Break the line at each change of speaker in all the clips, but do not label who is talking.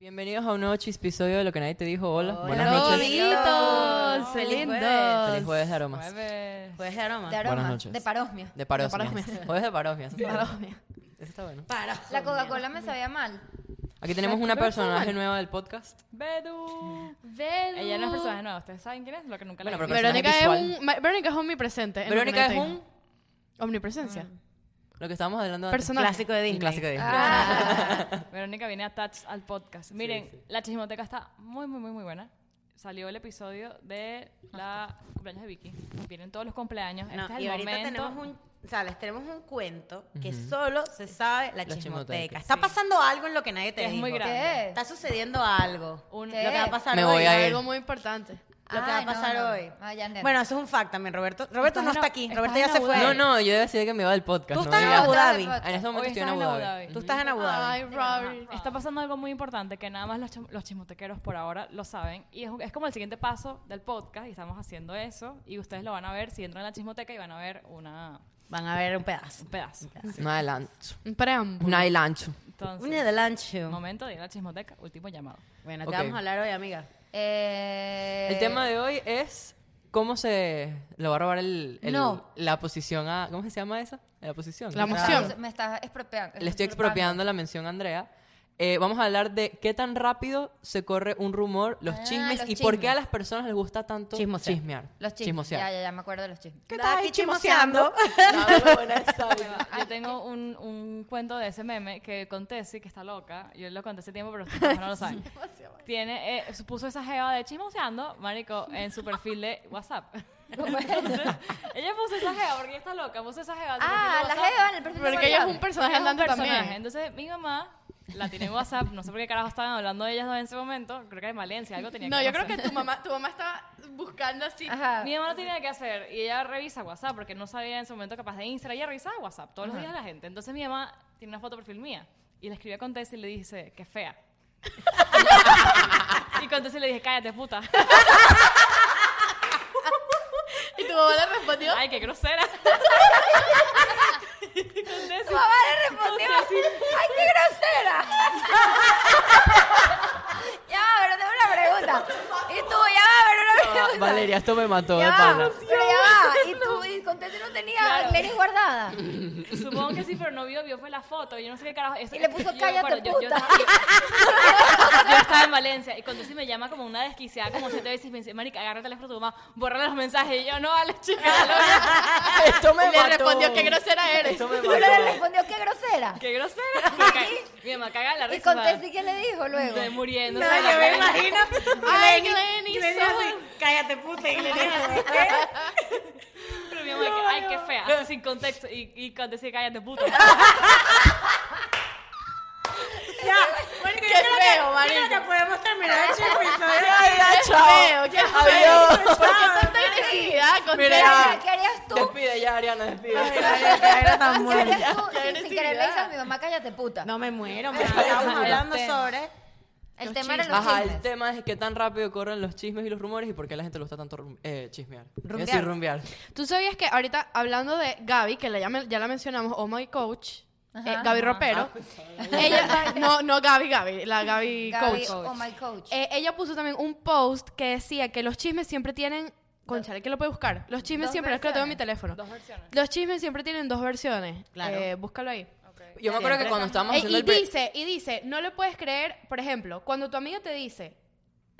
Bienvenidos a un nuevo episodio de Lo que nadie te dijo. Hola,
Hola.
buenas noches.
Bolitos,
Feliz
lindos.
jueves.
Feliz jueves de aromas.
Jueves de aroma.
De aroma,
Buenas noches.
de parosmia.
De parosmias.
parosmias.
Jueves de parosmias.
Parosmia.
Eso está bueno.
La Coca-Cola me sabía mal.
Aquí tenemos una personaje nueva del podcast.
Bedu.
Vedu.
Ella no es personaje nuevo. Ustedes saben quién es, lo que nunca le
Bueno,
digo.
pero-
Verónica es,
personaje
un, Ma- Verónica es omnipresente. en lo que
Verónica
no
es
tengo.
un...
Omnipresencia.
Lo que estábamos hablando antes.
Personaje.
de Disney. Un clásico de Disney.
Verónica viene attached al podcast. Miren, la chismoteca está muy, muy, muy, muy buena. Salió el episodio de la cumpleaños de Vicky. Vienen todos los cumpleaños.
No,
este es
y
el
ahorita
momento.
tenemos un, o sea, les tenemos un cuento que solo se sabe
La
la, chismoteca.
chismoteca,
Está
sí.
pasando algo en lo que nadie te
Que es
dijo.
muy grande.
¿Qué?
Está sucediendo algo.
Un-
lo
¿Qué?
que va a pasar
Me
hoy.
voy a ir.
Algo muy importante.
Lo que va
Ay,
a
no,
pasar
no.
hoy.
Ah, ya entiendo.
bueno, eso es un facta también, Roberto. Roberto no
en
está
Abu-
aquí.
estás
Roberto
en
ya se
Abu
fue.
Dhabi.
No, no, yo decía que me iba del podcast. no
Tú estás en
iba.
Abu Dhabi.
En este momento
Hoy
estoy en
estás
Abu
en Abu
Dhabi.
Dhabi.
Tú estás en Abu Dhabi.
Ay, Rory.
Está pasando algo muy importante que nada más los, cham- los chismotequeros por ahora lo saben. Y es, un- es como el siguiente paso del podcast y estamos haciendo eso. Y ustedes lo van a ver si entran a la chismoteca y van a ver una,
Van a ver un pedazo.
un pedazo.
Un adelanto.
Un preámbulo.
Un adelanto.
Entonces,
Un adelanto.
momento de ir a la chismoteca, último llamado.
Bueno, ¿qué
Ok.
vamos a hablar hoy, amiga?
Eh,
El tema de hoy es cómo se le va a robar el, el-
No.
la posición a... ¿Cómo se llama esa? La posición.
La
me
moción.
estás- Me estás expropiando.
Le estoy expropiando la mención a Andrea. Eh, vamos a hablar de qué tan rápido se corre un rumor, los
Ah,
chismes
los
y por qué a
chismes.
las personas les gusta tanto
Chismosear.
chismear.
Los chismes.
Chismosear.
Ya, ya, ya me acuerdo de los chismes.
¿Qué
estás
aquí chismoseando?
Yo tengo un, un cuento de ese meme que con Tessie, que está loca. Yo lo conté hace tiempo, pero ustedes no lo saben. Tiene, eh, puso esa jeva de chismoseando, marico, en su perfil de WhatsApp. Entonces, ella puso esa jeva porque ella está loca. Puso esa jeva. en su perfil
Ah,
de
la
WhatsApp.
jeva en el perfil de
Porque ella es un
WhatsApp.
personaje
Es un
andante
personaje.
también.
Entonces, mi mamá la tiene en WhatsApp. No sé por qué carajo estaban hablando de ellas dos en ese momento. Creo que en Valencia, algo tenía
No,
que
yo creo
pasar.
que tu mamá, tu mamá estaba buscando así.
Ajá.
Mi mamá no tenía nada que hacer y ella revisa WhatsApp porque no sabía en su momento capaz de Instagram. Ella revisaba WhatsApp todos los días de la gente. Entonces mi mamá tiene una foto de perfil mía y le escribió a Contessa y le dice, qué fea. y Contessa le dije, cállate, puta.
Y tu mamá le respondió.
Ay, qué grosera. Contessa,
mamá le Oh, respondió. ¡Ay, qué grosera! ya, pero tengo una pregunta. Y tú, ya va, pero una pregunta.
Ah, Valeria, esto me mató de
ya
pana.
va, pero ya va. Y tú, y conteste, no tenía
Claro.
Leris guardada.
Supongo que sí, pero no vio, vio fue la foto. Yo no sé qué carajo. eso-
Y le puso,
yo me
"Cállate,
acuerdo, yo- yo
puta".
estaba- Yo estaba en Valencia y Contessa me llama como una desquiciada, como siete veces y me dice, Marica, agarra el teléfono de tu mamá, borra los mensajes. Y yo, no, vale, chica,
Esto me
Y le respondió, qué grosera eres.
Esto me
Pero le
mató.
respondió, qué grosera.
Qué grosera. Me ca- Mi mamá caga de la
Y
risa.
conteste, ¿qué le dijo luego?
De muriendo.
No, yo me imagino.
Ay,
Lenny-
Lenny,
Lenny
son-
así, Cállate, puta. Y le
Pero mi mamá, que, ay, qué fea. así sin contexto. Y, y contesté, cállate, puto.
Bueno,
Qué
yo creo que-
feo,
yo
marico.
Creo que podemos terminar el ¿eh? episodio.
Qué feo, qué feo.
Adiós.
¿Por qué tanta agresividad con
¿Qué harías-
Mira.
¿Qué harías tú?
Despide ya, Ariana, despide.
era tan
¿Qué harías tú
Qué
si sin querer le
agresividad.
dices a mi mamá, cállate puta?
No me muero, me estábamos hablando sobre.
el
los
tema era los
Ajá,
chismes.
el tema es qué tan rápido corren los chismes y los rumores y por qué a la gente le gusta tanto rum- eh, chismear. Rumbear.
Rumbear.
decir, rumbear.
Tú sabías que ahorita hablando de Gaby, que la ya, me- ya la mencionamos, Oh My Coach,
Ajá.
eh, Gaby Ropero. ella, no, no Gaby, Gaby, la Gaby,
Gaby,
Coach.
oh my coach.
Eh, ella puso también un post que decía que los chismes siempre tienen. Conchale, que lo puede buscar. Los chismes
dos
siempre, es que lo tengo en mi
versiones.
teléfono.
Dos versiones.
Los chismes siempre tienen dos versiones.
Claro.
Eh, búscalo ahí.
Yo me acuerdo que cuando estábamos
Eh,
haciendo
y
el pre-
dice, y dice, no le puedes creer, por ejemplo, cuando tu amiga te dice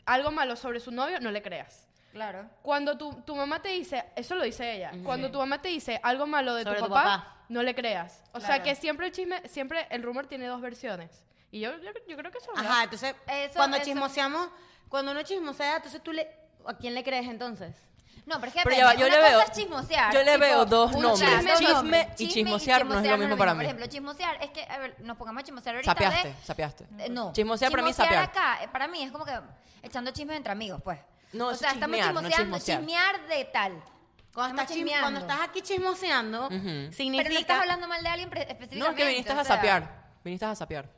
algo malo sobre su novio, no le creas.
claro.
Cuando tu, tu mamá te dice, eso lo dice ella, cuando tu mamá te dice algo malo de tu
Sobre
papá,
tu papá.
no le creas. O sea
Claro.
que siempre el chisme, siempre el rumor tiene dos versiones. Y yo, yo, yo creo que eso es
Ajá,
verdad.
entonces,
Eso-
cuando
eso-
chismoseamos, cuando uno chismosea, entonces tú le. ¿A quién le crees entonces?
No, pero es que
Pero
depende.
ya va, yo
Una
le
cosa
veo-
es chismosear.
yo le
tipo,
veo dos
un
nombres.
chisme,
Chisme
dos nombres.
y chismosear no es lo mismo para mí.
Por ejemplo, chismosear es que, a ver, nos pongamos a chismosear ahorita
Sapeaste,
de...
sapeaste.
Eh, no.
Chismosear para mí es
Chismosear
sapear.
acá, eh, para mí es como que echando chismes entre amigos, pues.
No,
o
eso
sea,
es
estamos
chismear, no
chismoseando,
chismosear.
chismear de tal.
Cuando,
Estamos
estás, chism- cuando
chismeando.
estás aquí chismoseando, significa.
Pero no estás hablando mal de alguien pre- específicamente.
No, que viniste
o
a
sea,
sapear. Viniste a sapear.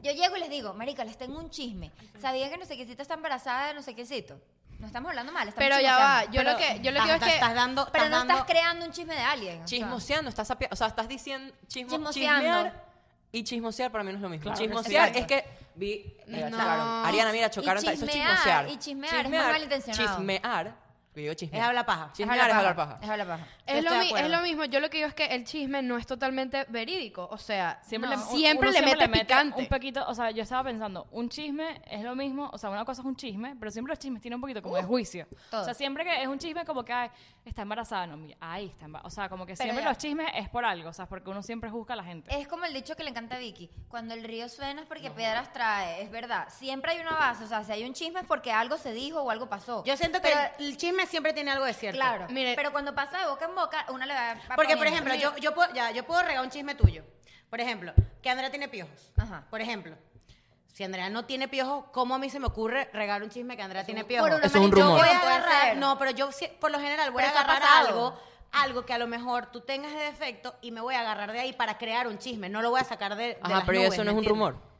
Yo llego y les digo, marica, les tengo un chisme. ¿Sabían que no sé quécito está embarazada de no sé quécito? No estamos hablando mal, estamos
Pero ya va, yo
chismoseando.
lo que yo lo que digo
estás,
es que
estás dando.
Pero no
dando-
estás creando un chisme de alguien. o sea.
Chismoseando, estás sapeando. O sea, estás diciendo chismo,
Chismoseando.
chismear y chismosear para mí no es lo mismo.
Claro,
chismosear
exacto.
es que vi, mira,
No.
chocaron. Ariana, mira, chocaron. tal, eso es
chismear,
chismosear.
y chismear es muy malintencionado.
Chismear, que yo digo chismear.
Es habla paja.
Chismear es hablar paja.
Es hablar paja.
Es
Yo
lo,
estoy de
mi- es
acuerdo.
lo mismo, yo lo que digo es que el chisme no es totalmente verídico, o sea,
Siempre,
no.
le,
siempre
uno
le mete picante.
Un poquito, o sea, yo estaba pensando, un chisme es lo mismo, o sea, una cosa es un chisme, pero siempre los chismes tienen un poquito como de juicio.
todo.
O sea, siempre que es un chisme como que, ay, está embarazada, no, mira, ay, está embarazada. O sea, como que
Pero
siempre
ya.
los chismes es por algo, o sea, porque uno siempre juzga a la gente.
Es como el dicho que le encanta a Vicky. Cuando el río suena es porque piedras trae. Es verdad. Siempre hay una base. O sea, si hay un chisme es porque algo se dijo o algo pasó.
Yo siento que
Pero-
el, el chisme siempre tiene algo de cierto.
Claro.
Mire-
pero cuando pasa de boca en boca, una le va a
Porque, por ejemplo, yo, yo, puedo, ya, yo puedo regar un chisme tuyo. Por ejemplo, que Andrea tiene piojos.
Ajá.
Por ejemplo, si Andrea no tiene piojos, ¿cómo a mí se me ocurre regar un chisme que Andrea tiene piojos?
una
Eso es un rumor.
Voy a
manipulación, puede
agarrar-
ser.
no, pero yo si- por lo general voy a
Pero está
agarrar
pasado.
algo, algo que a lo mejor tú tengas de defecto y me voy a agarrar de ahí para crear un chisme. No lo voy a sacar de, de
Ajá,
las
pero
nubes,
eso no es
¿me
un
entiendes?
rumor.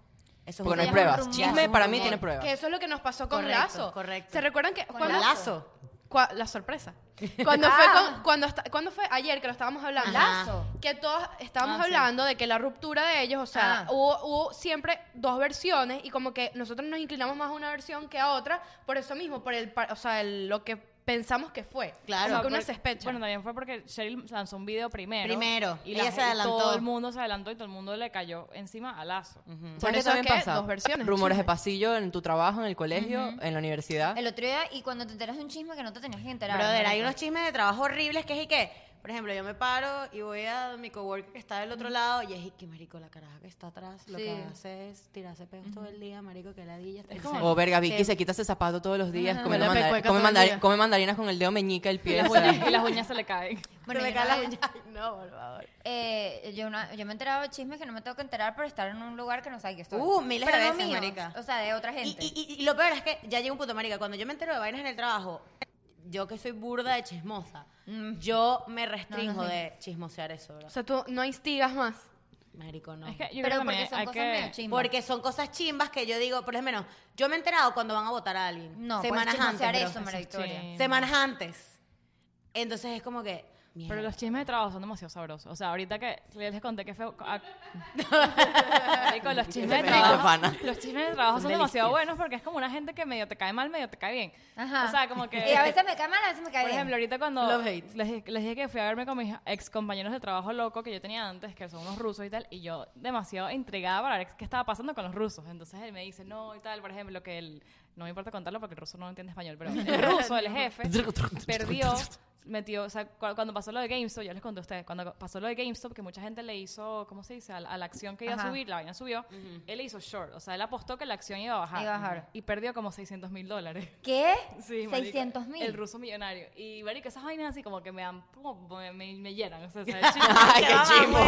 Eso
Porque no hay
rumor.
pruebas.
Es un rumor.
Chisme para mí
Que-
tiene pruebas.
Que eso es lo que nos pasó con
Correcto,
Lazo.
correcto.
¿Se recuerdan que
Con lazo.
Cua- la sorpresa. Cuando
Ah.
fue con- cuando esta- cuando fue ayer que lo estábamos hablando.
Ajá.
Lazo.
Que todos estábamos
Ah, sí.
hablando de que la ruptura de ellos, o sea,
Ah.
hubo, hubo siempre dos versiones y como que nosotros nos inclinamos más a una versión que a otra por eso mismo, por el, pa- o sea, el- lo que pensamos que fue.
Claro.
Como
No,
que una
por-
sospecha.
Bueno, también fue porque Cheryl lanzó un video primero.
Primero.
Y
Ella
la-
se
y
adelantó.
todo el mundo se adelantó y todo el mundo le cayó encima a Lazo.
por
¿Sabes qué
eso es
también
que
pasa?
dos versiones,
Rumores de
chisme.
pasillo en tu trabajo, en el colegio, en la universidad.
El otro día, y cuando te enteras de un chisme que no te tenías que enterar.
Brother,
¿no?
hay unos chismes de trabajo horribles que es y que, por ejemplo, yo me paro y voy a mi coworker que está del otro lado y es y que, marico, la caraja que está atrás lo que
Sí.
hace es tirarse pedos todo el día, marico, que ladilla. Está
O verga, Vicky se quita ese zapato todos los días, come,
me la
mandar-
pecueca
come
todo el
mandar-
día.
come mandarinas con el dedo meñica el
Y
pie. o
las,
sea,
uñas, y las uñas se le caen.
Bueno, yo,
me
una
cae la
vez-
uña. Ay, no, por favor.
eh, yo una- yo me he enterado de chismes que no me tengo que enterar por estar en un lugar que no sabe que estoy.
Uh, miles de
Pero no
veces,
míos,
marica.
O sea, de otra
Y,
gente.
y- y- y lo peor es que ya llega un punto, marica, cuando yo me entero de vainas en el trabajo, yo que soy burda de chismosa, yo me restringo
Mm. No, no sé.
de chismosear eso, bro.
O sea, tú no instigas más.
Marico, no.
Es que yo creo que
pero porque
también
son
hay
cosas
que...
medio chismes.
Porque son cosas chimbas que yo digo, por ejemplo, yo me he enterado cuando van a votar a alguien.
no,
semanas
puedes
antes.
chismosear
bro.
eso, María Victoria.
Sí.
semanas antes. Entonces es como que. mierda.
Pero los chismes de trabajo son demasiado sabrosos. O sea, ahorita que les conté que fue... a- Marico, los chismes de
Rico,
trabajo...
pana.
Los chismes de trabajo son demasiado buenos porque es como una gente que medio te cae mal, medio te cae bien.
Ajá.
O sea, como que...
Y a veces me cae mal, a veces me cae
Por
bien.
ejemplo, ahorita cuando
Love
les,
hate.
les dije que fui a verme con mis ex compañeros de trabajo loco que yo tenía antes, que son unos rusos y tal, y yo demasiado intrigada para ver qué estaba pasando con los rusos. Entonces él me dice, no, y tal, por ejemplo, que él, no me importa contarlo porque el ruso no entiende español, pero el ruso, el jefe, perdió, metió, o sea, cu- cuando pasó lo de GameStop, yo les conté a ustedes, cuando pasó lo de GameStop, que mucha gente le hizo, ¿cómo se dice? A, la- a la acción que iba
Ajá.
a subir, la vaina subió, él le hizo short, o sea, él apostó que la acción iba a bajar.
Iba a bajar.
Y perdió como 600 mil dólares.
¿Qué?
Sí, marica.
600 mil.
El ruso millonario. Y, marico, esas vainas así como que me dan, como me, me- me llenan. O sea, ¿sabes?
Ay, qué chimbo.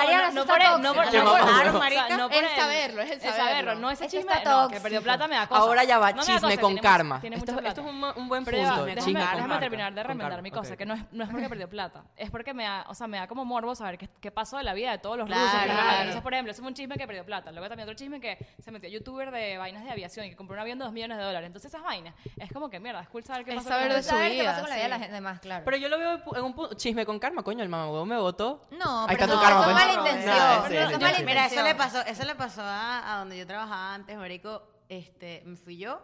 Ariana,
no
eso
por
está
el, no por
tóxico.
no por-
Claro,
o sea,
marica.
no por
El saberlo, es el saberlo.
No ese
Eso
chisme,
está
no, que
tóxico.
perdió plata me da cosa.
Ahora ya va,
No me da
chisme
cosa,
con
tiene mu-
karma.
tiene
esto,
mucha
esto
plata.
es un, ma- un buen punto.
Pero ya va,
chisme
déjame,
con
déjame
karma.
terminar de
Con
remendar
karma,
mi cosa,
ok.
que no es, no es porque perdió plata, es porque me da, o sea, me da como morbo saber qué, qué pasó de la vida de todos los
Claro,
rusos. ¿verdad?
claro.
Entonces, por ejemplo, ese fue un chisme que perdió plata. Luego también otro chisme que se metió youtuber de vainas de aviación y que compró un avión de 2 millones de dólares. Entonces esas vainas, es como que mierda, es cool saber qué
Es
pasó.
saber
con
de
la-
su
Saber qué
vida,
pasa con la vida de
sí.
la gente demás, claro.
Pero yo lo veo en un punto. Chisme con karma, coño, el mamagüevo me votó.
no,
Ahí
pero
está
eso,
tu karma,
eso es
pues.
mala intención.
No,
eso
sí,
es
yo-
mala
Mira, eso
intención.
le pasó, eso le pasó a, a donde yo trabajaba antes, marico. Este, me fui yo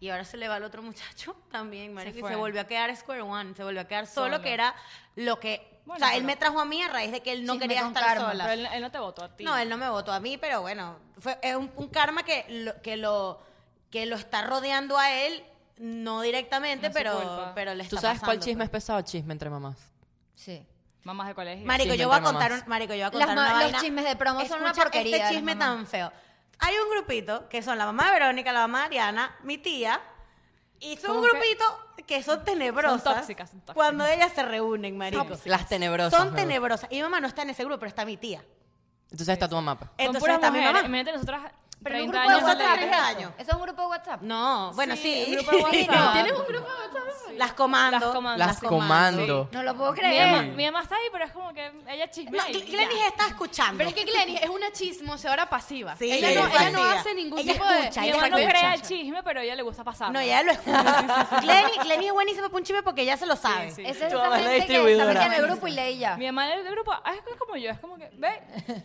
y ahora se le va al otro muchacho también, marico, y
fue.
se volvió a quedar square one, se volvió a quedar solo,
Solo.
que era lo que,
Bueno,
o sea, él
pero-
me trajo a mí a raíz de que él no
Chisme
quería
con
estar
karma,
sola.
Pero él, él no te votó a ti.
No, él no me votó a mí, pero bueno, fue es un, un karma que lo, que lo que lo está rodeando a él, no directamente,
No es su
pero
culpa.
pero le está
¿Tú sabes cuál
pasando,
chisme es
pues.
pesado? Chisme entre mamás.
Sí.
Mamás de colegio.
Marico,
Chisme
yo voy a
entre
contar un,
mamás.
marico, yo voy a
Las
contar
ma-
una
los
vaina.
chismes de promo son una
Escucha
porquería de
Este
las
chisme
mamás.
tan feo. Hay un grupito que son la mamá de Verónica, la mamá de Ariana, mi tía, y son un
Como que-
grupito que, son tenebrosas.
tóxicas, son tóxicas.
Cuando ellas se reúnen, marico.
Las tenebrosas.
Son
me gusta.
tenebrosas. Y mi mamá no está en ese grupo, pero está mi tía.
Entonces está tu mamá. pues. pa.
Son
Entonces
puras
está mi
mujeres.
mamá.
Imagínate nosotras
Pero en un
30
grupo de
años
WhatsApp.
vale.
¿eso?
30 años.
¿Eso es un grupo de WhatsApp?
No, bueno, sí.
un grupo de WhatsApp.
¿Tienes
un
grupo Las comando.
Las comando.
Las comando.
No lo puedo
Mi
creer.
mamá, mi mamá está ahí, pero es como que ella chismea.
No,
y
Gl-
ya.
Glenis está escuchando.
Pero es que Glenny es una chismoseadora pasiva.
Sí,
ella, no,
es
ella no
pasiva.
hace ningún
Ella
tipo
escucha,
Mi
de...
ella
mamá no
escucha.
crea el chisme, pero a ella le gusta pasar.
No, ya lo escucha. Glenny, Glenny es buenísima para un chisme porque ya se lo sabe.
Sí, sí.
Esa es
Tu
esa
mamá es la
este
gente que está
distribuidora.
metida en el grupo y lee ya.
Mi mamá del grupo ah, es como yo, es como que, ve,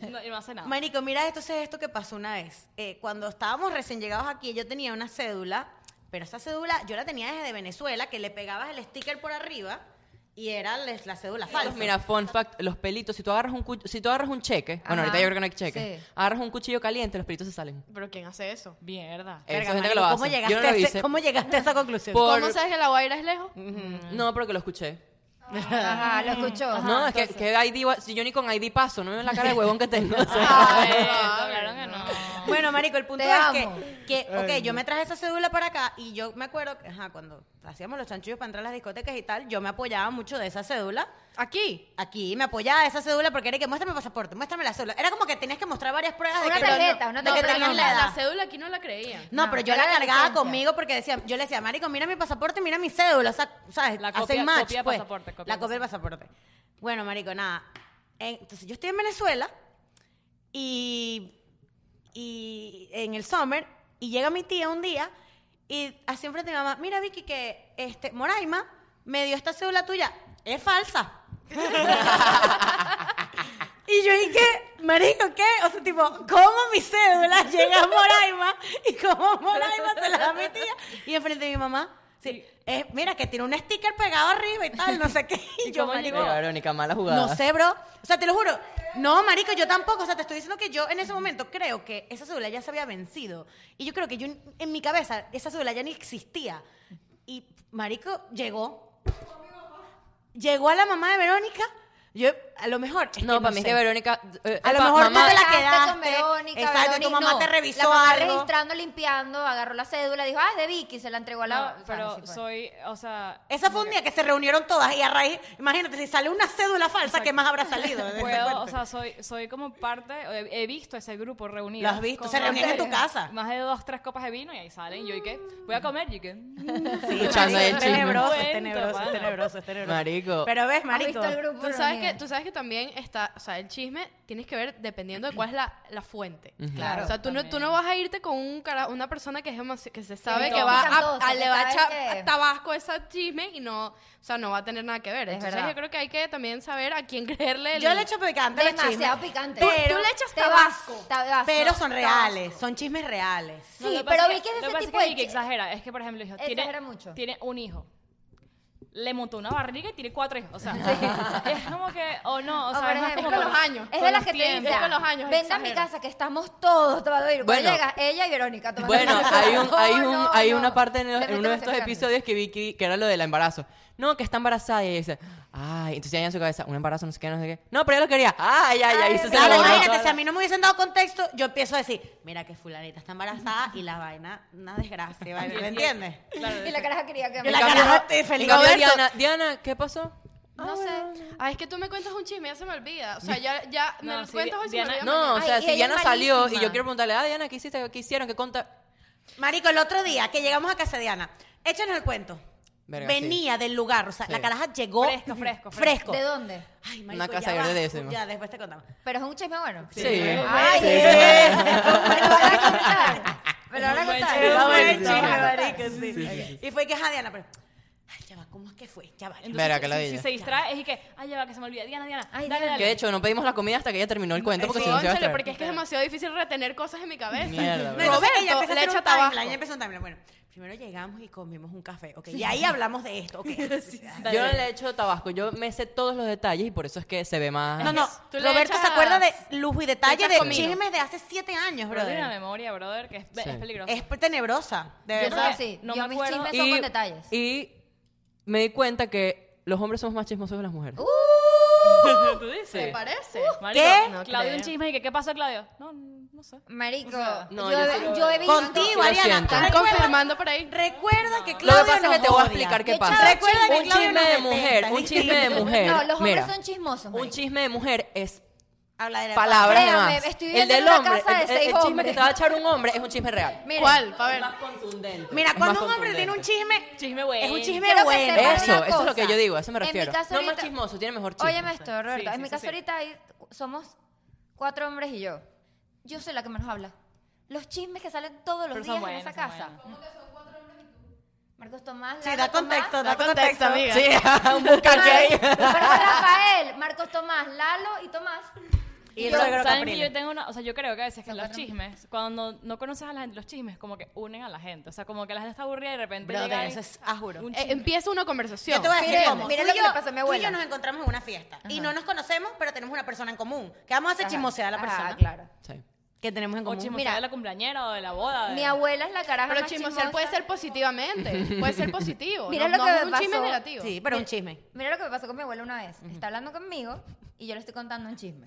no, y no hace nada.
Ah. Marico, mira, esto es esto que pasó una vez. Eh, cuando estábamos recién llegados aquí, yo tenía una cédula, pero esa cédula yo la tenía desde Venezuela, que le pegabas el sticker por arriba y era la la cédula falsa.
Mira, fun fact, los pelitos, si tú agarras un, cuch- si tú agarras un cheque, bueno,
Ajá.
ahorita yo creo que no hay cheque,
Sí.
agarras un cuchillo caliente, los pelitos se salen.
Pero ¿quién hace eso?
Mierda.
Esa gente que
Verga, marico,
lo hace.
¿cómo, llegaste
yo no
a
lo
ese-
hice.
¿Cómo llegaste a esa conclusión?
Por-
¿Cómo sabes que la Guaira es lejos?
No, porque lo escuché.
Ajá, lo escuchó.
no, es que, que ID, va- si yo ni con ID paso, no me ven la cara de huevón que tengo. o sea.
Ah,
Ay, no, claro que no.
Bueno, marico, el punto
Te
es
amo.
que, que, ok, yo me traje esa cédula para acá y yo me acuerdo, que, ajá, cuando hacíamos los chanchullos para entrar a las discotecas y tal, yo me apoyaba mucho de esa cédula.
Aquí.
Aquí me apoyaba de esa cédula porque era que muéstrame el pasaporte, muéstrame la cédula. Era como que tenías que mostrar varias pruebas
Una
de que
tarjeta, una
de que
tarjeta
tenías
con
la
la,
edad.
la cédula aquí no la creían.
No,
No,
pero yo
era
la
la
cargaba
licencia.
conmigo porque decía, yo le decía, marico, mira mi pasaporte, mira mi cédula, o sea, ¿sabes?
La
Hacen
copia-
match,
copia
pues.
pasaporte, copia
la copia del pasaporte. Bueno, marico, nada. Eh, Entonces, yo estoy en Venezuela y, y en el summer y llega mi tía un día y así enfrente de mi mamá, mira Vicky que este Moraima me dio esta cédula tuya, es falsa. Y yo dije, marico, ¿qué? O sea, tipo, ¿cómo mi cédula llega a Moraima? Y cómo Moraima se la da a mi tía. Y enfrente de mi mamá, sí, eh, mira, que tiene un sticker pegado arriba y tal, no sé qué. Y,
¿Y
yo,
cómo
marico,
llegó?
Mira, Verónica, mala jugada.
no sé, bro. O sea, te lo juro. No, marico, yo tampoco. O sea, te estoy diciendo que yo en ese momento creo que esa cédula ya se había vencido. Y yo creo que yo en- en mi cabeza esa cédula ya ni existía. Y marico llegó. Llegó a la mamá de Verónica. Yo, a lo mejor. es
No,
que
para mí es
sé.
que Verónica. eh,
A lo
pa-
mejor tú
mamá-
te la
Quedaste
quedaste.
con Verónica,
Exacto, tu
Verónica,
mamá
no.
te revisó
La mamá
algo.
registrando, limpiando, agarró la cédula, dijo, ah, es de Vicky, se la entregó a la...
No,
o sea,
pero
así fue.
soy, o sea,
Esa fue un día que se reunieron todas y a raíz, imagínate, si sale una cédula falsa, ¿qué más habrá salido? de ese
puedo,
cuerpo?
o sea, soy, soy como parte, o he, he visto ese grupo reunido.
Lo has visto, se reunían en tu casa.
Más de dos, tres copas de vino y ahí salen. Yo y qué, voy
Mm.
a comer y qué.
Sí,
Escuchando ahí el chisme.
es tenebroso, es
Cuento,
tenebroso, es
mano.
tenebroso, es tenebroso.
Marico.
Pero ves,
¿Has
marico.
visto el grupo
Tú sabes, que,
reunido?
tú sabes que también está, o sea, el chisme tienes que ver dependiendo de cuál es la, la fuente.
Claro.
O sea, tú no, tú no vas a irte con un cara, una persona que, es demasi- que se sabe
Sí,
que
no.
va a,
Cantosa,
a-
que
le va a
sabes
echar
que-
tabasco ese chisme y no, o sea, no va a tener nada que ver.
Es
Entonces
verdad.
yo creo que hay que también saber a quién creerle. el-
Yo le echo picante a los chismes.
Demasiado picante.
Pero,
Tú- tú le echas
Te vas,
tabasco.
tabasco,
pero son
tabasco.
reales, son chismes reales.
Sí,
lo que
pero
pasa
vi que es
lo
ese
pasa
tipo
que
de
Vicky
chi-
exagera, es que por ejemplo, hijo, tiene,
Exagera mucho.
tiene un hijo. Le montó una barriga y tiene cuatro hijos. O sea, es como que, o no, o
O
sea,
por
es más
ejemplo,
como
con
que-
los años,
Ah, Es de
con
las
los
que te
tiempos.
dicen,
con los años,
venga a mi
exagera".
casa que estamos todos, te va a ir. Cuando
Bueno.
llega ella y Verónica. tomando
Bueno,
café.
hay, un,
No,
hay, un,
no,
hay
no.
una parte en,
Le
en uno
metemos
de estos
el cambio.
episodios que vi que, que era lo del embarazo. No, que está embarazada y ella dice, ay, entonces ella en su cabeza, un embarazo, no sé qué, no sé qué. No, pero ella lo quería. Ay, ay, ay,
Ay,
y se, se
Claro,
lo borró.
imagínate, si a mí no me hubiesen dado contexto, yo empiezo a decir, mira que fulanita está embarazada y la vaina, una desgracia, ¿vale? ¿me entiendes?
Y la caraja quería que
Y
me...
la
En cambio,
caraja,
no-
eh,
en
feliz
cambio,
Roberto.
Diana, Diana, ¿qué pasó?
No sé. Ah, es que tú me cuentas un chisme, ya se me olvida. O sea, ya, ya me
No,
lo
sí,
cuentas hoy, se me
Diana-
olvida
No,
mañana.
o
Ay,
sea,
y
si
ella
Diana
es
salió y
malísima.
yo quiero preguntarle, ah, Diana, ¿qué hiciste? ¿Qué hicieron? ¿Qué conta?
Marico, el otro día que llegamos a casa de Diana, échanos el cuento.
Verga,
Venía del lugar, o sea,
Sí.
la caraja llegó
Fresco, fresco,
fresco.
¿De dónde?
Ay,
Una casa
ya
de
va.
verde décimo.
Ya, después te contamos.
Pero es un chisme bueno.
Sí.
Ay,
Sí.
eh, me lo van a contar. Me lo van a
Qué
Era bueno,
contar.
buen
sí, sí.
chisme, marico,
Sí,
sí.
sí, sí.
Y fue que a Diana, pero, ay, ya va, ¿cómo es que fue? Ya va. ya va.
Entonces,
Verga, que la
si, si
bella.
se distrae, es y que, ay, ya va, que se me olvida. Diana, Diana, dale,
Ay, Diana.
Que
dale.
de hecho no pedimos la comida hasta que ella terminó el cuento, porque si no se va a
Cónchale,
estar.
porque es que es demasiado difícil retener cosas en mi cabeza.
Mierda,
No, entonces ella
Roberto
empieza a
le
hacer
echa
un timeline,
tabaco.
ella empieza un timeline. Bueno, primero llegamos y comimos un café, ok. Y ahí hablamos de esto, ok.
Dale,
Yo no
dale.
le he hecho tabasco, yo me sé todos los detalles y por eso es que se ve más.
No, no,
Tú le
Roberto se
echas-
acuerda de lujo y detalle
echas
de
comino.
chismes de hace siete años,
Pero tiene una
brother.
memoria, brother, que es,
Sí.
es peligrosa.
Es tenebrosa, de
Yo
verdad.
soy así.
No
Yo
me
mis
acuerdo.
chismes son con detalles.
y me di cuenta que los hombres somos más chismosos que las mujeres.
¿Tú dices?
¿Te parece?
Marico,
¿Qué?
no Claudio
creo.
un chisme y que, ¿qué pasó, Claudio? No, no sé.
Marico,
no,
yo,
yo
he-
sí lo
yo he visto...
Contigo,
lo
Ariana.
siento.
¿te
Están
acuerdas?
confirmando por ahí.
Recuerda que
Lo
Claudia
que pasa es que
nos
te voy a
odia.
explicar qué
Yo
pasa.
chavo,
Recuerda que
un
Claudia
chisme
nos
de
detesta,
mujer, un
distinto.
chisme de mujer.
No, los hombres
mira,
son chismosos.
Un
marico.
chisme de mujer es
Habla de la
palabras de
Créame,
más.
estoy
el
viviendo
del
en una
hombre,
casa de
el, el-
seis
el chisme
hombres.
que te va a echar un hombre es un chisme real.
Miren,
¿Cuál? Pa' ver.
contundente.
Mira,
Es más
cuando un hombre tiene un chisme,
Chisme bueno.
es un chisme
Quiero que
bueno.
sepan
Eso,
una
eso es lo que
cosa.
yo digo, a eso me
En mi
refiero.
caso
no más
ahorita-
chismoso, tiene mejor chisme.
Óyeme esto, Roberto.
sí,
en mi
sí,
caso
sí.
ahorita hay- somos cuatro hombres y yo. Yo soy la que menos habla. Los chismes que salen todos los
Pero son
días en
buenos,
esa
son
casa.
buenos.
Marcos Tomás.
Sí,
Lara
da contexto,
Tomás.
da contexto, amiga.
Sí, un buscar que ahí.
Pero Rafael, Marcos Tomás, Lalo y Tomás.
Y el
Yo-
suegro
¿saben que
Caprino.
yo tengo una, o sea, yo creo que a veces que los chismes, cuando no conoces a la gente, los chismes como que unen a la gente, o sea, como que la gente está aburrida y de repente
Brother,
llega
eso
alguien-
es, ah, juro.
un
Eh,
chisme.
empieza una conversación.
Yo te voy a decir
Miren,
cómo.
miren
Tú
lo
y
que
yo-
le pasó a mi
Tú y yo
abuela.
nos encontramos en una fiesta y no nos conocemos, pero tenemos una persona en común. ¿Qué vamos a hacer?
Ajá.
Chismosear a la
Ah,
Ajá,
persona
claro.
Sí.
que tenemos en
o
común.
chismos
Mira.
de la cumpleañera o de la boda. de-
Mi abuela es la caraja
Pero
más
chismosear puede
chismosa.
ser positivamente. Puede ser positivo.
Mira
no,
lo
no
que
es
me
un chisme
pasó.
negativo.
Sí, pero un chisme.
Mira lo que me pasó con mi abuela una vez. Está hablando conmigo y yo le estoy contando un chisme.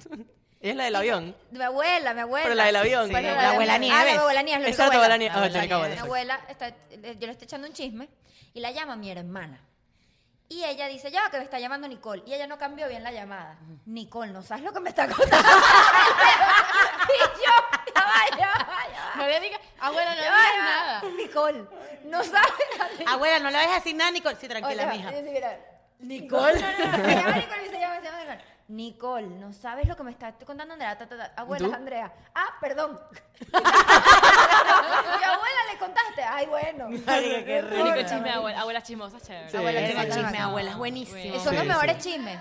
Ella es la del avión.
Mi abuela, mi abuela.
Pero la del avión.
Bueno,
Sí,
la,
la abuela
ni Ah,
Nieves.
la abuela Nieves. la
Esa
única
es tu abuela
abuela.
Nieves. Ah, la única abuela,
Mi abuela, está, eh, yo le estoy echando un chisme y la llama mi hermana. Y ella dice, ya, que me está llamando Nicole. Y ella no cambió bien la llamada. Nicole, ¿no sabes lo que me está contando? y yo, ya va, ya va, ya va.
No le digas, abuela, no le
Ya va,
digas
ya va.
nada.
Nicole, no sabes.
Abuela, no le vayas a decir nada, Nicole. Sí, tranquila,
Oye,
mija.
yo decía, mira, Nicole. No, no, no, se llama Nicole y se llama, se llama Nicole. Nicole, no sabes lo que me está estoy contando Andrea. Ta, ta, ta. Abuela,
¿Y tú?
Andrea. Ah, perdón. y abuela le contaste. Ay, bueno.
Marica, qué
Marico,
rico.
chisme de abuela, abuelas chismosas, chévere.
Sí. Abuelas
Verga,
chismosas.
chisme, abuela, es buenísimo.
Y son
Sí,
los
sí.
mejores chismes.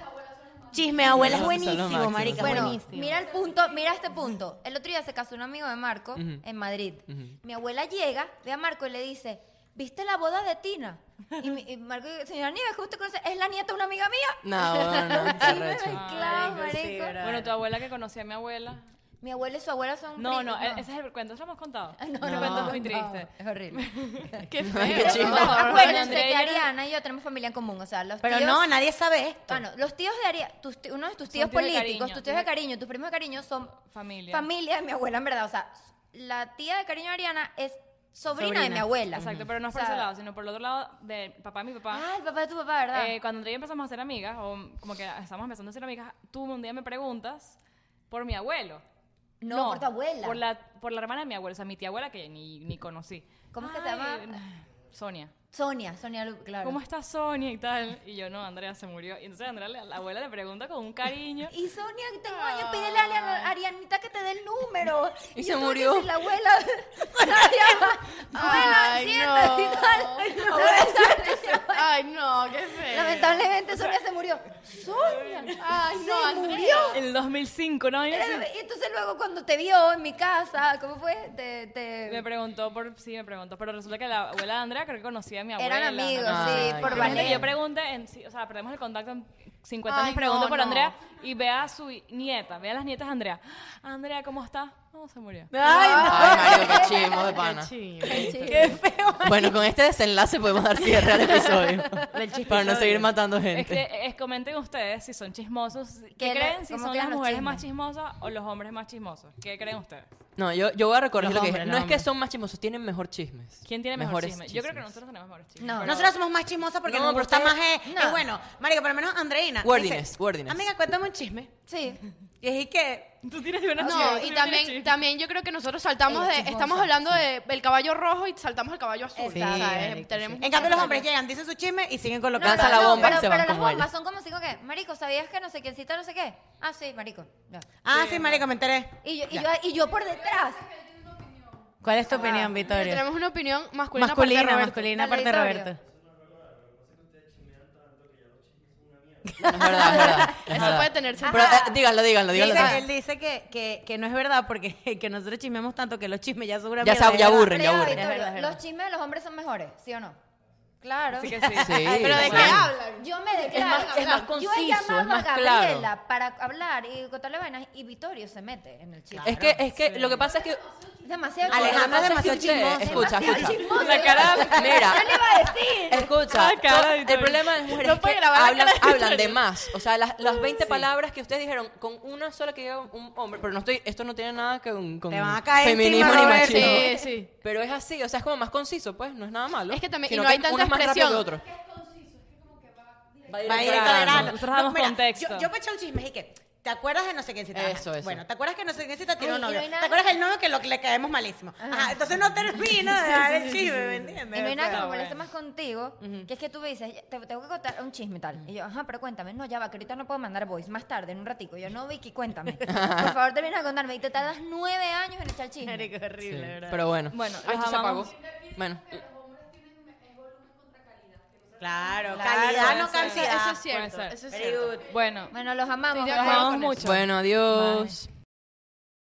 Chisme, abuela, es
Son- son los
buenísimo,
máximos,
marica,
son
es
Bueno,
buenísimo.
mira el punto, mira este punto. El otro día se casó un amigo de Marco en Madrid. Mi abuela llega, ve a Marco y le dice, ¿viste la boda de Tina? Y, mi- y Marco dice, señora Nieves, que usted conoce? ¿Es la nieta de una amiga mía?
No, bueno, no,
Sí,
qué
me
arrecho.
mezclaba,
Marico, sí,
marico.
bro.
Bueno, tu abuela que conocía a mi abuela.
Mi abuela y su abuela son
No,
primos,
no, e- ese es el cuento, ¿se lo hemos contado?
Ah, no,
el
no,
cuento es
no,
muy
no,
triste.
Es horrible.
Qué
Ay,
feo.
qué chisme.
No, acuérdense
Andrea
que
y yo-
Ariana y yo tenemos familia en común, o sea, los
Pero
tíos-
no, nadie sabe esto.
Ah, no, los tíos de Ariana, uno de tus tíos,
tíos de
políticos,
cariño,
tus tíos de cariño, tus primos de cariño son
Familia.
familia de mi abuela, en verdad. O sea, la tía de cariño de Ariana es sobrina, de mi
Sobrina.
abuela.
Exacto, pero no es por
O sea,
ese lado, sino por el otro lado de papá y mi papá.
Ah, el papá de tu papá, ¿verdad?
Eh, cuando Andrea y yo empezamos a ser amigas, o como que estamos empezando a ser amigas, tú un día me preguntas por mi abuelo.
No, por tu abuela.
Por la, por la hermana de mi abuela, o sea, mi tía abuela que ni, ni conocí.
¿Cómo es que se llama?
Sonia.
Sonia, Sonia, Lu- claro.
¿Cómo está Sonia y tal? Y yo, no, Andrea se murió. Y entonces Andrea, la, la abuela le pregunta con un cariño.
Y Sonia, que tengo años, pídele a la- a Arianita que te dé el número.
Y se
yo tuve que
murió.
decirle a La abuela. Sonia, abuela,
Ay,
siéntate y
no.
tal. Lamentablemente-
Ay, no, qué feo.
Lamentablemente Sonia se murió. Sonia.
Ay,
se
no, Andrea.
murió.
En el 2005, ¿no? Y así,
Y entonces luego cuando te vio en mi casa, ¿cómo fue? Te, te-
me preguntó por, sí, me preguntó, pero resulta que la abuela de Andrea creo que conocía a mi abuela.
Eran amigos,
una cosa así.
sí,
Ay, qué
por
Pero imagínate que
Valeria.
Yo pregunté, en- sí, o sea, perdemos el contacto en 50
Ay,
años, pregunto
no,
por
no.
Andrea y ve a su nieta, ve a las nietas de Andrea. "Ah, Andrea, ¿cómo está? No, se murió.
Ay, Mario, qué chismo de pana.
Qué feo.
Bueno, con este desenlace podemos dar cierre al episodio. Para no seguir matando
Es
gente.
que eh, comenten ustedes si son chismosos, ¿qué,
¿Qué le-
creen? Si
cómo
son
quedan
las
los
mujeres
chismes?
más chismosas o los hombres más chismosos. ¿Qué creen ustedes?
No, yo, yo voy a recorregir
Los
lo que
hombres,
dije. No
los
es que
hombres.
son más chismosos, tienen mejor chismes.
¿Quién tiene mejor
Mejores
chisme? Yo creo que
chismes.
nosotros tenemos mejores chismes.
No.
pero-
Nosotras somos más chismosas porque
No,
nos
pero
gusta
ustedes-
más. Es, es
No.
bueno, Marica, por lo menos Andreina. dice,
Wordiness, wordiness.
Amiga, cuéntame un chisme.
Sí.
Y es que.
Tú tienes buenos chismes,
No,
tú
y
tienes
también,
chismes.
también yo creo que nosotros saltamos
Ella
de.
es chismosa.
Estamos hablando del caballo rojo y saltamos al caballo azul.
Sí,
¿sabes?
marica,
Tenemos
En cambio, los hombres llegan, dicen su chisme y siguen con lo que
Lanza
hablan.
la bomba y se
pero, pero
van
las
como
bombas
ellos.
son como cinco que, marico, ¿sabías que no sé quién cita no sé qué? Ah, sí, marico. Ya.
Ah, sí, Marica, me enteré.
Y yo, y, yo, y yo por detrás.
¿Cuál es tu opinión,
Pero
Victoria?
tenemos una opinión masculina. aparte de
Masculina,
Roberto.
masculina,
Dale,
aparte de
Victoria.
Roberto.
Es verdad, es verdad. es
Eso
verdad.
puede tener sentido.
Pero eh, díganlo, díganlo, díganlo.
Dice- él dice que, que, que no es verdad porque que nosotros chismeamos tanto que los chismes ya seguramente.
Ya se- ya aburren,
Pero
ya
ya,
aburren.
Victorio,
Es verdad, es verdad.
Los chismes de los hombres son mejores, ¿sí o no? Claro.
Así que sí.
Sí,
Pero de
sí.
qué hablan.
Yo me declaro.
más- es más
yo he
conciso,
llamado
es más
a
claro.
Gabriela para hablar y contarle vainas y Vittorio se mete en el chisme.
Es que, es que lo que pasa es que.
Es demasiado
Alejandra es
lo que pasa
demasiado
ustedes-
chismosa.
Escucha,
Demasiado
escucha.
chismosa.
La cara-
Mira.
Yo le iba a decir.
Escucha,
Ah, cara,
to-
Victoria.
el problema de las mujeres
No
es que
puede grabar la
hablan,
cara de
hablan de
Victoria.
más. O sea, las, las 20 palabras que ustedes dijeron con una sola que diga un hombre, pero no estoy, esto no tiene nada que con, con
Te van a caer
feminismo
encima,
ni
Roberto.
machismo.
Sí, sí.
Pero es así, o sea, es como más conciso, pues, no es nada malo.
Es que también- y
Sino
no hay
uno
tanta
es más rápido que
expresión.
otro.
Va
directo
directo
al
al
grano.
grano.
Nosotros
No,
damos
mira,
contexto.
Yo, yo me eché un chisme y que ¿Te acuerdas de no sé quién cita? Ajá.
Eso, eso.
Bueno, ¿te acuerdas que no sé quién cita tiene
Ay,
un
y no
novio?
hay nada-
¿Te acuerdas del novio que lo que le caemos malísimo? Ajá, entonces no termino de dar el chisme, ¿me entiendes?
Y no hay nada que me
Pero
moleste
bueno.
más contigo, que es que tú me dices, te tengo que contar un chisme y tal. Y yo, ajá, pero cuéntame. No, ya va, que ahorita no puedo mandar voice, más tarde, en un ratico. Y Yo, no, Vicky, cuéntame. Por favor, termina de contarme. Y te tardas nueve años en echar chisme.
Marico, horrible,
Sí,
¿verdad?
Pero bueno.
Bueno,
Ay,
los
esto se
amamos.
apagó. Bueno,
Claro,
Claro,
Ah,
calidad no
eso-
cantidad.
Eso es cierto.
Puede ser.
Eso es
Very
cierto.
good.
Bueno,
Bueno, los amamos.
Estoy de
los
nos
acuerdo
amamos.
amamos
con
mucho.
bueno, adiós.